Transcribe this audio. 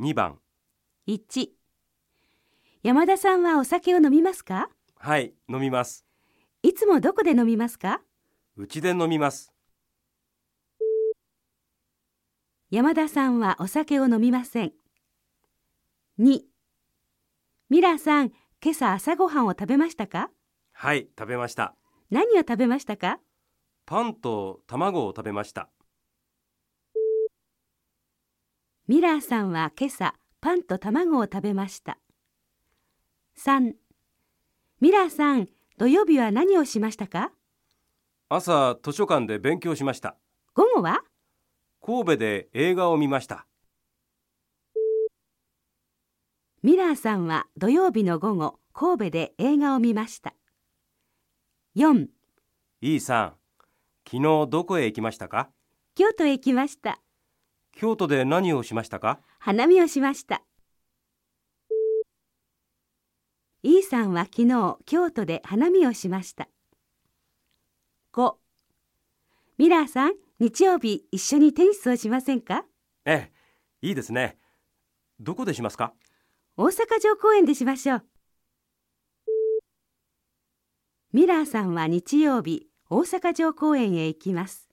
2番1山田さんはお酒を飲みますかはい飲みますいつもどこで飲みますかうちで飲みます山田さんはお酒を飲みません2ミラさん今朝朝ごはんを食べましたかはい食べました何を食べましたかパンと卵を食べましたミラーさんは今朝パンと卵を食べました。3. ミラーさん、土曜日は何をしましたか朝図書館で勉強しました午後は神戸で映画を見ましたミラーさんは土曜日の午後、神戸で映画を見ました。4. E さん昨日どこへ行きましたか京都へ行きました。京都で何をしましたか花見をしました。E さんは昨日京都で花見をしました。5. ミラーさん、日曜日一緒にテニスをしませんかええいいですねどこでしますか大阪城公園でしましょう。ミラーさんは日曜日、大阪城公園へ行きます。